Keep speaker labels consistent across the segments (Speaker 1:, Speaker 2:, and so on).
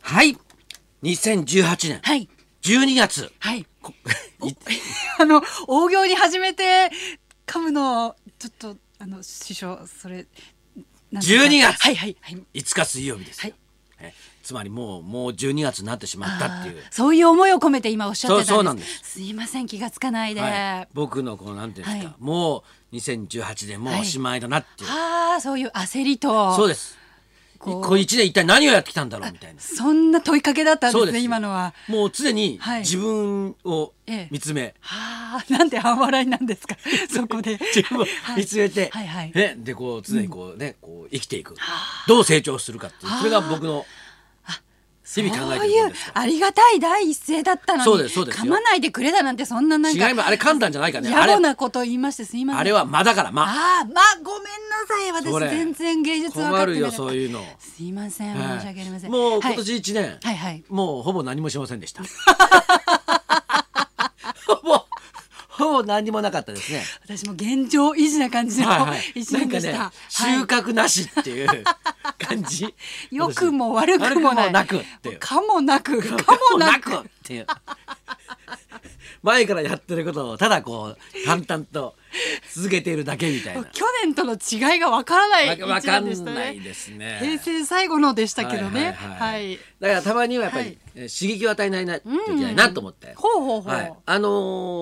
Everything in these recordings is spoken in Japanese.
Speaker 1: はい
Speaker 2: 2018年
Speaker 1: はい
Speaker 2: 12月
Speaker 1: はい
Speaker 2: こ
Speaker 1: あの大行に始めて噛むのちょっとあの師匠それなんですか
Speaker 2: 12月
Speaker 1: はいはいはい
Speaker 2: 5日水曜日ですよ、えつまりもうもう12月になってしまったっていう
Speaker 1: あーそういう思いを込めて今おっしゃってたんです
Speaker 2: そうそうなんです
Speaker 1: いません気がつかないで、
Speaker 2: はい、僕のこのなんていうんですか、
Speaker 1: はい
Speaker 2: もう2018年もうおしまいだなっていう、
Speaker 1: ああそういう焦りと
Speaker 2: そうです
Speaker 1: こ
Speaker 2: こ
Speaker 1: う
Speaker 2: う一年一体何をやってきたんだろうみたいな
Speaker 1: そんな問いかけだったんで
Speaker 2: そう
Speaker 1: す
Speaker 2: で
Speaker 1: ね
Speaker 2: す
Speaker 1: 今のは
Speaker 2: もう常に
Speaker 1: はい
Speaker 2: 自分を
Speaker 1: ええ
Speaker 2: 見つめ、
Speaker 1: はあなんで半笑いなんですか そこで
Speaker 2: 自分を見つめて、
Speaker 1: はいはいはい
Speaker 2: ね、でこう常にこうね、こう生きていくどう成長するかっていうそれが僕の日々考えてること
Speaker 1: そういう
Speaker 2: ですから
Speaker 1: ありがたい第一声だったのに
Speaker 2: そうですそうですよ
Speaker 1: 噛まないでくれだなんてそんななんか
Speaker 2: 違いますあれ噛んだんじゃないからねあれ
Speaker 1: 野暮なこと言いましてすいません
Speaker 2: あれは間だから間
Speaker 1: ああまあごめんなさい
Speaker 2: そ
Speaker 1: 私
Speaker 2: れ
Speaker 1: 全然芸術分か
Speaker 2: 困
Speaker 1: って
Speaker 2: る
Speaker 1: なか
Speaker 2: よ
Speaker 1: った
Speaker 2: そういうの、
Speaker 1: すいません
Speaker 2: はい
Speaker 1: 申し訳ありません
Speaker 2: もう今年一年、
Speaker 1: はいはいはい
Speaker 2: もうほぼ何もしませんでした ほぼほぼ何もなかったですね
Speaker 1: 私も現状維持な感じの
Speaker 2: はいはい
Speaker 1: 一年でした、
Speaker 2: なんかね
Speaker 1: はい
Speaker 2: 収穫なしっていう感 じ
Speaker 1: 良くも悪くもない
Speaker 2: 悪くもなくっていう
Speaker 1: かもなくかもなく
Speaker 2: っていう前からやってることをただこう淡々と続けているだけみ たいな
Speaker 1: 去年との違いがわからない
Speaker 2: わわ
Speaker 1: 一
Speaker 2: か
Speaker 1: 年でし
Speaker 2: ん
Speaker 1: た
Speaker 2: ない
Speaker 1: ね
Speaker 2: ですね
Speaker 1: 平成最後のでしたけどね
Speaker 2: はい
Speaker 1: は
Speaker 2: はいいだからたまにはやっぱり、
Speaker 1: はい
Speaker 2: えー刺激を与えないなきゃいけないなと思って、
Speaker 1: ほうほうほう
Speaker 2: はい、あの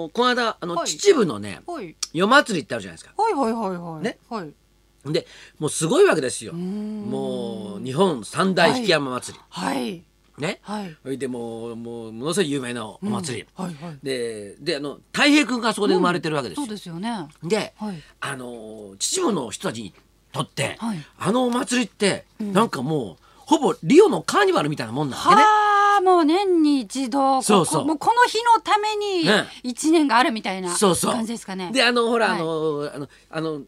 Speaker 2: ーこの間あの、
Speaker 1: はい
Speaker 2: 秩父のね
Speaker 1: ほい
Speaker 2: 夜祭りってあるじゃないですか
Speaker 1: ほいほいほいほい
Speaker 2: ね
Speaker 1: ほい
Speaker 2: でもうすごいわけですよ
Speaker 1: ーん
Speaker 2: もう日本三大引山祭り、
Speaker 1: はい
Speaker 2: ね
Speaker 1: はい
Speaker 2: それでもうもうものすごい有名なお祭り、
Speaker 1: うんはいはい
Speaker 2: でであの太平君がそこで生まれてるわけですよ、
Speaker 1: そうですよね
Speaker 2: で、
Speaker 1: はい
Speaker 2: あの秩父の人たちにとって、
Speaker 1: はい
Speaker 2: あのお祭りって、なんかもうほぼリオのカーニバルみたいなもんなんでね
Speaker 1: はあもう年に一度こ
Speaker 2: そうそう
Speaker 1: こもうこの日のために
Speaker 2: ね
Speaker 1: 一年があるみたいな
Speaker 2: そうそう
Speaker 1: 感じですかね。
Speaker 2: であのほら、
Speaker 1: はい
Speaker 2: あのあのあの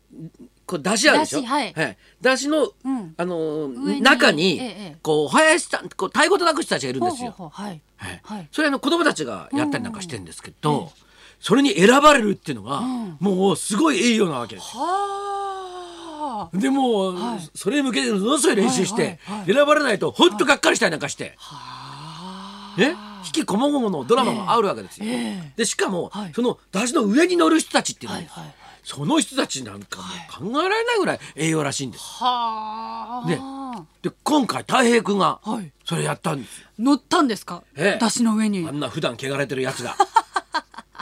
Speaker 2: こう出汁あるでしょ
Speaker 1: 出汁はい
Speaker 2: 出汁の、
Speaker 1: うん
Speaker 2: あの
Speaker 1: 上に
Speaker 2: 中に、
Speaker 1: ええええ
Speaker 2: こう林さんこう太鼓叩く人たちがいるん
Speaker 1: ほ
Speaker 2: で
Speaker 1: う
Speaker 2: す
Speaker 1: ほう
Speaker 2: よ
Speaker 1: ほうはい
Speaker 2: はい
Speaker 1: はい
Speaker 2: それあの子供たちがやったりなんかしてるんですけど、それに選ばれるっていうのが、
Speaker 1: ん
Speaker 2: もうすごい栄誉なわけですよ
Speaker 1: はあ
Speaker 2: でもう、
Speaker 1: はい
Speaker 2: それに向けてものすごい練習して、
Speaker 1: はいはいはい
Speaker 2: 選ばれないとほんとがっかりしたりなんかして、
Speaker 1: はあ
Speaker 2: ね、引きこもごものドラマがあるわけですよ。
Speaker 1: ええ
Speaker 2: でしかも、
Speaker 1: はい
Speaker 2: その出汁の上に乗る人たちっていうの
Speaker 1: は
Speaker 2: はい
Speaker 1: はいはい
Speaker 2: その人たちなんかもう考えられないぐらい栄養らしいんです。
Speaker 1: はあ
Speaker 2: ねで今回太平君が
Speaker 1: はい
Speaker 2: それやったんですよ。
Speaker 1: 乗ったんですか
Speaker 2: ええ
Speaker 1: 出汁の上に
Speaker 2: あんな普段汚れてるやつが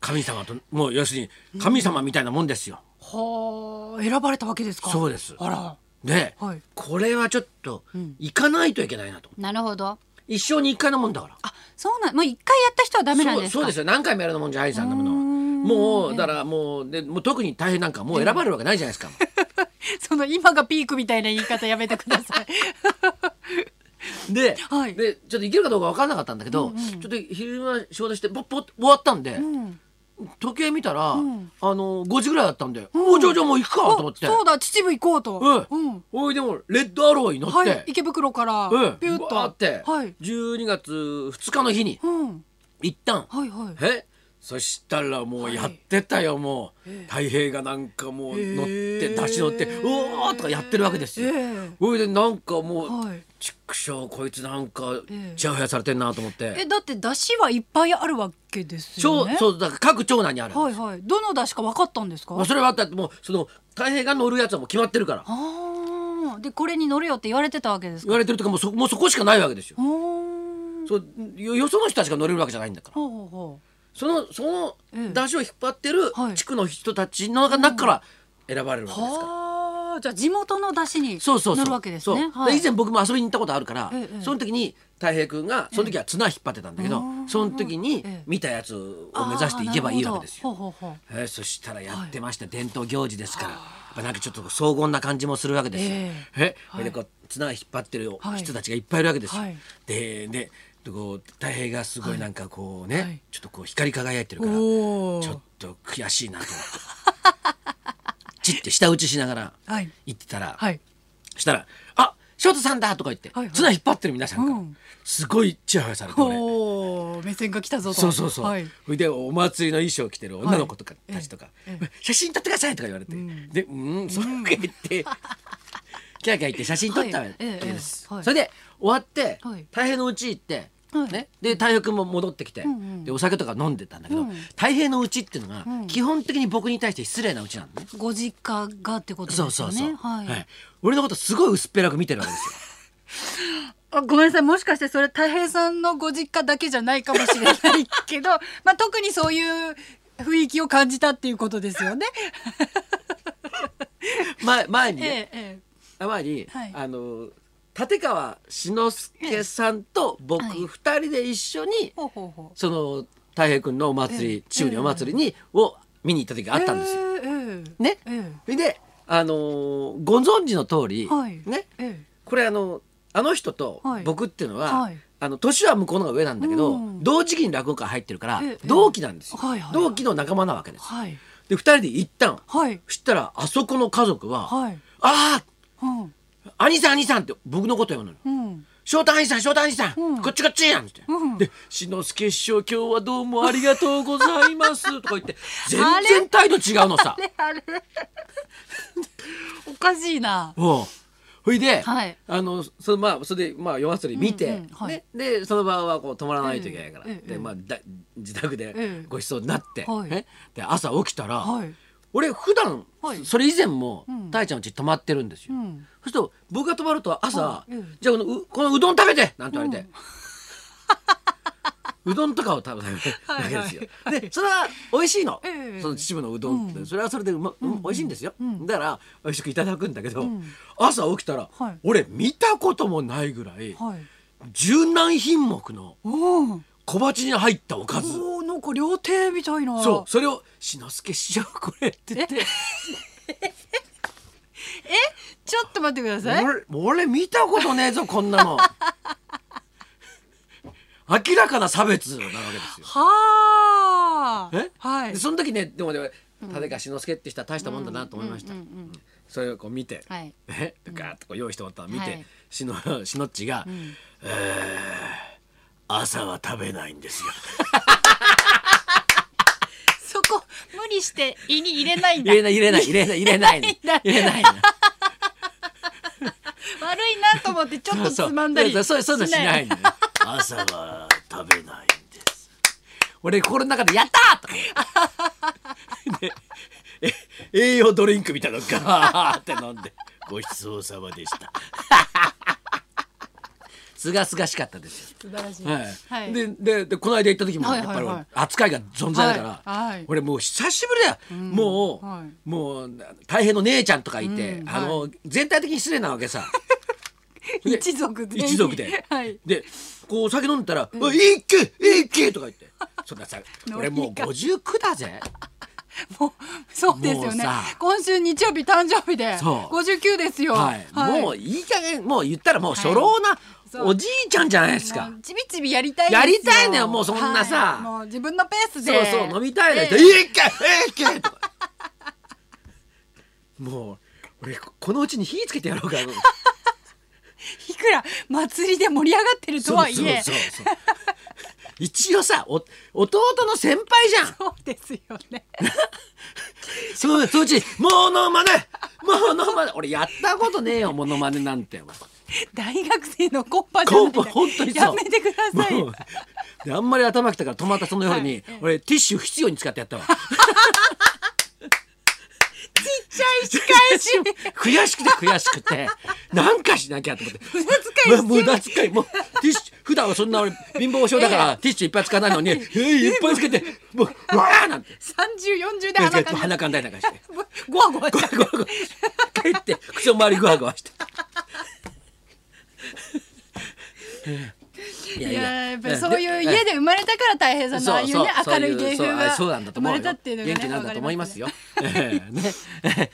Speaker 2: 神様ともう要するに神様みたいなもんですよ。
Speaker 1: はあ選ばれたわけですか
Speaker 2: そうです
Speaker 1: あら
Speaker 2: で、
Speaker 1: はい
Speaker 2: これはちょっと行かないといけないなと。
Speaker 1: なるほど
Speaker 2: 一生に一回のもんだから。
Speaker 1: あそうなんもう一回やった人はダメなんですか
Speaker 2: そうそうですよ何回もやるのもんじゃないさんなものは
Speaker 1: うーん
Speaker 2: もうだからもうでもう特に大変なんかもう選ばれるわけないじゃないです か、
Speaker 1: その今がピークみたいな言い方やめてください。
Speaker 2: で,、
Speaker 1: はい
Speaker 2: でちょっといけるかどうか分からなかったんだけど、ちょっと昼間仕事してポッポッ終わったんで、
Speaker 1: ん
Speaker 2: 時計見たら、あの5時ぐらいだったんで、おじゃあじゃあもう行くかと思って
Speaker 1: そうだ秩父行こうと。
Speaker 2: うんおいでもレッドアローに乗って、
Speaker 1: はい池袋から
Speaker 2: うん
Speaker 1: ピュッと。
Speaker 2: わーって、
Speaker 1: はい。
Speaker 2: 12月2日の日に
Speaker 1: うん
Speaker 2: 一旦、
Speaker 1: はいはい。
Speaker 2: えそしたらもうやってたよ、もう太平がなんかもう乗って出し乗って「うおー!」とかやってるわけですよ。
Speaker 1: え
Speaker 2: それでなんかもう
Speaker 1: はい。
Speaker 2: 畜生こいつなんか
Speaker 1: ええ
Speaker 2: ちやほやされてんなと思っ
Speaker 1: え
Speaker 2: て
Speaker 1: だって出汁はいっぱいあるわけです
Speaker 2: 町
Speaker 1: よね。
Speaker 2: そうだから各町内にある、
Speaker 1: はいはい。どの出汁か分かったんですか。
Speaker 2: まあ、それはだってもうその太平が乗るやつはもう決まってるから
Speaker 1: ああでこれに乗るよって言われてたわけですか。
Speaker 2: 言われてるとかもうそもうそこしかないわけですよ。
Speaker 1: あー
Speaker 2: そうよよその人たちが乗れるわけじゃないんだから
Speaker 1: ほうほうほ
Speaker 2: そのその
Speaker 1: ええ
Speaker 2: 出汁を引っ張ってる
Speaker 1: はい
Speaker 2: 地区の人たちの中から選ばれるわ
Speaker 1: う。
Speaker 2: けですから。
Speaker 1: はあじゃあ地元の出汁に
Speaker 2: そうそうそう
Speaker 1: 乗るわけですね。
Speaker 2: そう
Speaker 1: はい
Speaker 2: 以前僕も遊びに行ったことあるから、
Speaker 1: ええ
Speaker 2: その時に太平君がその時は綱引っ張ってたんだけど、
Speaker 1: ええ
Speaker 2: その時に
Speaker 1: ええ
Speaker 2: 見たやつを目指していけばいいわけですよ。
Speaker 1: あーなるほどほうほうほう。
Speaker 2: えーそしたらやってました、伝統行事ですからやっぱなんかちょっと荘厳な感じもするわけですよ。
Speaker 1: え
Speaker 2: え
Speaker 1: はい
Speaker 2: でこう綱引っ張ってる
Speaker 1: はい
Speaker 2: 人たちがいっぱいいるわけですよ。
Speaker 1: はい
Speaker 2: でででこう太平がすごいなんかこうね、
Speaker 1: はい
Speaker 2: ちょっとこう光り輝いてるからちょ
Speaker 1: おお。
Speaker 2: っと悔しいなと思ってチッて 舌打ちしながら
Speaker 1: はい
Speaker 2: 行ってたら。
Speaker 1: はい。
Speaker 2: そしたら「あショートさんだ!」とか言って、
Speaker 1: はいはい
Speaker 2: 綱引っ張ってる皆さんから、
Speaker 1: うん
Speaker 2: すごいチヤホヤされて俺
Speaker 1: おお目線が来たぞと。
Speaker 2: そうそうそう、
Speaker 1: はい。
Speaker 2: それでお祭りの衣装着てる女の子とか、
Speaker 1: はい
Speaker 2: たちとか、
Speaker 1: ええ
Speaker 2: 写真撮ってください」とか言われて、で「うんそうか言って。キャーキャー言って写真撮ったわけです、
Speaker 1: はいええええはい
Speaker 2: それで終わって、
Speaker 1: はい
Speaker 2: 大平のうち行って、
Speaker 1: はい
Speaker 2: ね、で大平君も戻ってきて、
Speaker 1: んうん
Speaker 2: でお酒とか飲んでたんだけど、
Speaker 1: うん
Speaker 2: 大平のうちっていうのが、
Speaker 1: うん
Speaker 2: 基本的に僕に対して失礼なうちなのね。
Speaker 1: ご実家がってことです
Speaker 2: そ
Speaker 1: よ
Speaker 2: う
Speaker 1: ね。
Speaker 2: そうそう、
Speaker 1: はい。
Speaker 2: 俺のことすごい薄っぺらく見てるわけ ですよ。
Speaker 1: あごめんなさい。もしかしてそれた平さんのご実家だけじゃないかもしれないけど、 まあ特にそういう雰囲気を感じたっていうことですよね。
Speaker 2: 前前に
Speaker 1: え
Speaker 2: ね、
Speaker 1: ええ
Speaker 2: 前に、
Speaker 1: はい
Speaker 2: あの立川志の輔さんと僕
Speaker 1: はい
Speaker 2: 二人で一緒に、
Speaker 1: え。ほうほうほう。
Speaker 2: その太平君のお祭
Speaker 1: ええ
Speaker 2: り中のお祭りに、を見に行った時があったんですよ。
Speaker 1: えええ
Speaker 2: ね
Speaker 1: ええ
Speaker 2: それであのーご存知の通り、
Speaker 1: えはい。
Speaker 2: ね
Speaker 1: ええ。
Speaker 2: これあのあの人と
Speaker 1: はい
Speaker 2: 僕っていうのは、
Speaker 1: はい
Speaker 2: あの年は向こうの方が上なんだけど、
Speaker 1: うん
Speaker 2: 同時期に落語会入ってるから、
Speaker 1: ええ
Speaker 2: 同期なんですよ、
Speaker 1: はいはい
Speaker 2: 同期の仲間なわけです。
Speaker 1: はい。
Speaker 2: で二人で行ったの。
Speaker 1: はい。
Speaker 2: そしたらあそこの家族は「
Speaker 1: はい。
Speaker 2: あ
Speaker 1: うん。
Speaker 2: あ兄さん兄さん」って僕のこと呼ぶのよ。
Speaker 1: うん。
Speaker 2: 翔太兄さん翔太兄さん、
Speaker 1: うん
Speaker 2: こっちこっちやんって、
Speaker 1: うん
Speaker 2: で「志の輔師匠今日はどうもありがとうござい ます」とか言って全
Speaker 1: あれ
Speaker 2: 然態度違うのさ
Speaker 1: あ。れあれ。おかしいな。
Speaker 2: おうほいで、
Speaker 1: はい
Speaker 2: あのそのまあそれでまあ夜祭り見て、
Speaker 1: うんうんはい
Speaker 2: ね、でその場はこう泊まらないといけないから、
Speaker 1: ええええ
Speaker 2: でまあだ自宅
Speaker 1: え
Speaker 2: で
Speaker 1: え
Speaker 2: ごちそうになって、
Speaker 1: はい
Speaker 2: ねで朝起きたら、
Speaker 1: はい。
Speaker 2: 俺普段、
Speaker 1: はい
Speaker 2: それ以前も
Speaker 1: うん
Speaker 2: たいちゃんの家泊まってるんですよ。
Speaker 1: うん。
Speaker 2: そうすると僕が泊まると朝
Speaker 1: は
Speaker 2: 「
Speaker 1: いうん
Speaker 2: じゃあこのうこのうどん食べて!」なんて言われて、 うどんとかを食べ食べるわけですよ。
Speaker 1: はいはい
Speaker 2: でそれは美味しいの、
Speaker 1: ええ
Speaker 2: その秩父のうどんって、
Speaker 1: うん
Speaker 2: それはそれでう、まうん美味しいんですよ、
Speaker 1: うん
Speaker 2: だから美味しくいただくんだけど、
Speaker 1: うん
Speaker 2: 朝起きたら、
Speaker 1: はい
Speaker 2: 俺見たこともないぐらい
Speaker 1: はい。
Speaker 2: 十何品目の
Speaker 1: おお。
Speaker 2: 小鉢に入ったおかず。
Speaker 1: おおなんか料亭みたいな。
Speaker 2: そうそれを「志の輔師匠これ」って言 って
Speaker 1: ちょっと待ってください。
Speaker 2: 俺俺見たことねえぞこんなの 明らかな差別なわけですよ
Speaker 1: はあ。
Speaker 2: え
Speaker 1: はい
Speaker 2: で。その時ねでもね立川志の輔って人は大したもんだなと思いました、
Speaker 1: うんうんうんうん
Speaker 2: それをこう見て、
Speaker 1: はい。
Speaker 2: ねでガーッとこう用意してもらったのを見
Speaker 1: は
Speaker 2: て
Speaker 1: い
Speaker 2: 志の志のっちが、
Speaker 1: ん
Speaker 2: えー朝は食べないんですよ。
Speaker 1: そこ無理して胃に入れないんだ。
Speaker 2: 入れない入れない入れない入れ ないの入れないの。
Speaker 1: 悪いなと思ってちょっとつまんだり。。
Speaker 2: そうそうそうそういうのしないいのよ。朝は食べないんです。俺心の中でやったーとか言って。でえ栄養ドリンクみたいなのガーって飲んでごちそうさまでした。すがすがしかったですよ。
Speaker 1: 素晴らしい。
Speaker 2: はい
Speaker 1: はい
Speaker 2: でででこの間行った時も
Speaker 1: はい
Speaker 2: やっ
Speaker 1: はい
Speaker 2: ぱ
Speaker 1: はい
Speaker 2: り俺扱いが存在だから、
Speaker 1: はいはい
Speaker 2: 俺もう久しぶりだよ、もう、
Speaker 1: はい
Speaker 2: もう大変の姉ちゃんとかいて、
Speaker 1: うん
Speaker 2: あの、全体的に失礼なわけさで
Speaker 1: 一族で。
Speaker 2: 一族で、
Speaker 1: はい。
Speaker 2: でこうお酒飲んでたら「おいいいっけいいっけ!」とか言って そんなさ
Speaker 1: ノ
Speaker 2: 俺
Speaker 1: リが
Speaker 2: もう59だぜ
Speaker 1: もう そうですよ
Speaker 2: もう
Speaker 1: ね
Speaker 2: さ。
Speaker 1: 今週日曜日誕生日で
Speaker 2: そう
Speaker 1: 五十九ですよ。
Speaker 2: はい、もういい加減もう言ったらもう初老な
Speaker 1: そう
Speaker 2: おじいちゃんじゃないですか
Speaker 1: も。うちびちびやりたいです
Speaker 2: やりたいのよもうそんなさ
Speaker 1: はいもう自分のペース
Speaker 2: そう
Speaker 1: で
Speaker 2: そう飲みたいな人「
Speaker 1: え
Speaker 2: い
Speaker 1: え
Speaker 2: いっけいいっけ!」とかもう俺このうちに火つけてやろうかな
Speaker 1: いくら祭りで盛り上がって るとはいえそう
Speaker 2: そうそうそう一応さお弟の先輩じゃん
Speaker 1: ですよね
Speaker 2: そうそのうち「モノマネモノマネ」俺やったことねえよモノマネなんて
Speaker 1: 大学生のコンパじゃ
Speaker 2: コン
Speaker 1: ないか
Speaker 2: パ
Speaker 1: ら
Speaker 2: 本当にそう
Speaker 1: やめてください
Speaker 2: もうであんまり頭きたから止まったその夜に、
Speaker 1: はいええ
Speaker 2: 俺ティッシュ必要に使ってやったわ
Speaker 1: ちっちゃい仕返し
Speaker 2: 悔しくて悔しくてなんかしなきゃと思って
Speaker 1: 無駄遣い
Speaker 2: まあ無駄遣いもうティッシュ普段はそんな俺貧乏症だから、ティッシュいっぱい使わないのに、えーいっぱいつけてもううわーなんて
Speaker 1: 三十四十で鼻かん
Speaker 2: 鼻
Speaker 1: で
Speaker 2: かんだりなんかして
Speaker 1: ごわごわし
Speaker 2: ゴ
Speaker 1: ちゃ
Speaker 2: ワ
Speaker 1: う
Speaker 2: ゴワゴワして帰って口の周りグワグワ して。い
Speaker 1: いややっぱりそういう家で生まれたから大平さんのああいうね明るい芸風が
Speaker 2: そうなんだと
Speaker 1: 生
Speaker 2: 思う
Speaker 1: まれ
Speaker 2: よ
Speaker 1: たっていうのがね
Speaker 2: 元気になるんだと思いますよ。え えね、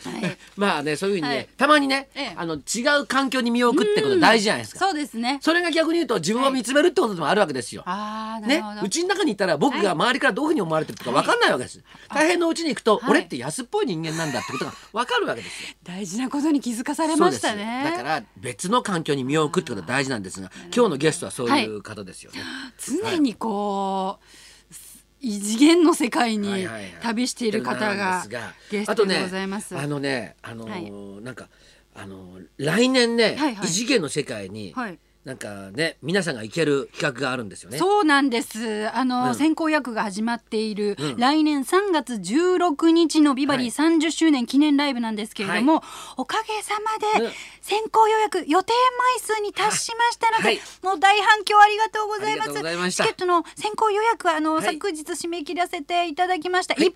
Speaker 2: まあねそういうふうにね、
Speaker 1: はい
Speaker 2: たまにね、
Speaker 1: ええ
Speaker 2: あの違う環境に身を置くってこと大事じゃないですか。
Speaker 1: そうですね
Speaker 2: それが逆に言うと自分を見つめるってことでもあるわけですよ。
Speaker 1: ああな
Speaker 2: ね
Speaker 1: るほど、
Speaker 2: うちの中にいたら僕が周りからどういうふうに思われてるとか分かんないわけです、大変のうちに行くと、
Speaker 1: はい
Speaker 2: 俺って安っぽい人間なんだってことが分かるわけですよ
Speaker 1: 大事なことに気づかされました
Speaker 2: そうですだか
Speaker 1: ね
Speaker 2: ら別の環境に身を置くってことが大事なんですが今日のゲストはそういう方ですよね、
Speaker 1: 常にこう、異次元の世界
Speaker 2: は
Speaker 1: に
Speaker 2: はは
Speaker 1: 旅している方
Speaker 2: なん
Speaker 1: が
Speaker 2: ですが
Speaker 1: ゲストでございます
Speaker 2: あとねあのー
Speaker 1: はい
Speaker 2: なんかあの来年ね、
Speaker 1: はいはい
Speaker 2: 異次元の世界に、
Speaker 1: はい
Speaker 2: なんかね皆さんが行ける企画があるんですよね。
Speaker 1: そうなんです。あの、
Speaker 2: うん
Speaker 1: 先行役が始まっている、
Speaker 2: うん
Speaker 1: 来年3月16日のビバリー30周年記念ライブなんですけれども、おかげさまで
Speaker 2: うん
Speaker 1: 先行予約予定枚数に達しましたので、
Speaker 2: はい
Speaker 1: もう大反響ありがとうございま
Speaker 2: ありがとう
Speaker 1: す。
Speaker 2: ございまし
Speaker 1: チ
Speaker 2: た
Speaker 1: ケットの先行予約はあの、
Speaker 2: はい
Speaker 1: 昨日締め切らせていただきました。
Speaker 2: い
Speaker 1: 一般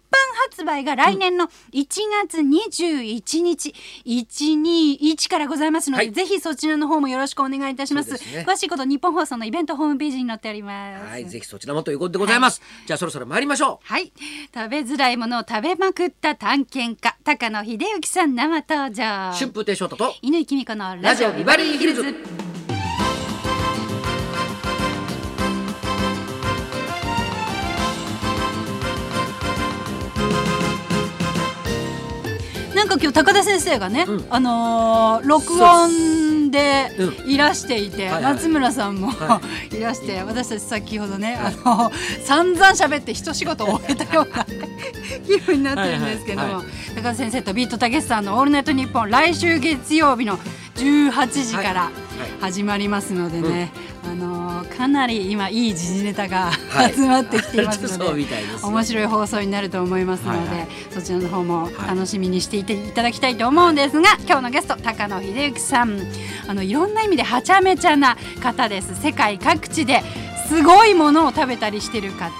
Speaker 1: 発売が来年の1月21日、121からございますので、
Speaker 2: はい
Speaker 1: ぜひそちらの方もよろしくお願いいたします。
Speaker 2: そうですね
Speaker 1: 詳しいこと日本放送のイベントホームページに載っております。
Speaker 2: はい、ぜひそちらもということでございます。じゃあそろそろ参りましょ
Speaker 1: はい食べづらいものを食べまくった探検家高野秀幸さん生登場
Speaker 2: う。春風亭昇太と
Speaker 1: 犬井君子の
Speaker 2: ラ
Speaker 1: ラ
Speaker 2: ジ
Speaker 1: ジ
Speaker 2: オ
Speaker 1: オ
Speaker 2: ビ
Speaker 1: ビ
Speaker 2: バ
Speaker 1: バ
Speaker 2: リ
Speaker 1: リ
Speaker 2: ーヒ
Speaker 1: ーヒ
Speaker 2: ル
Speaker 1: ル
Speaker 2: ズ
Speaker 1: ズなんか今日高田先生がね、
Speaker 2: うん
Speaker 1: あのー録音で
Speaker 2: う
Speaker 1: いらしていて、
Speaker 2: はいはい
Speaker 1: 松村さんも、、
Speaker 2: はい
Speaker 1: らして私たち先ほどね、あの散々喋って一仕事終えたような 気分になってるんですけども、
Speaker 2: はいはい
Speaker 1: 高田先生とビートたけしさんの「オールナイトニッポン」来週月曜日の18時から
Speaker 2: いはい
Speaker 1: 始まりますのでね、あのーかなり今いい時事ネタが
Speaker 2: はい
Speaker 1: 集まってき ていますので、
Speaker 2: そうみたいですね
Speaker 1: 面白い放送になると思いますので、
Speaker 2: はいはい
Speaker 1: そちらの方も楽しみにしていていただきたいと思うんですが、今日のゲスト高野秀幸さんあのいろんな意味ではちゃめちゃな方です世界各地ですごいものを食べたりしてる方、
Speaker 2: い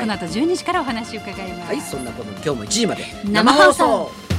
Speaker 1: この後12時からお話を伺います。
Speaker 2: はい、そんなことで今日も1時まで
Speaker 1: 生放送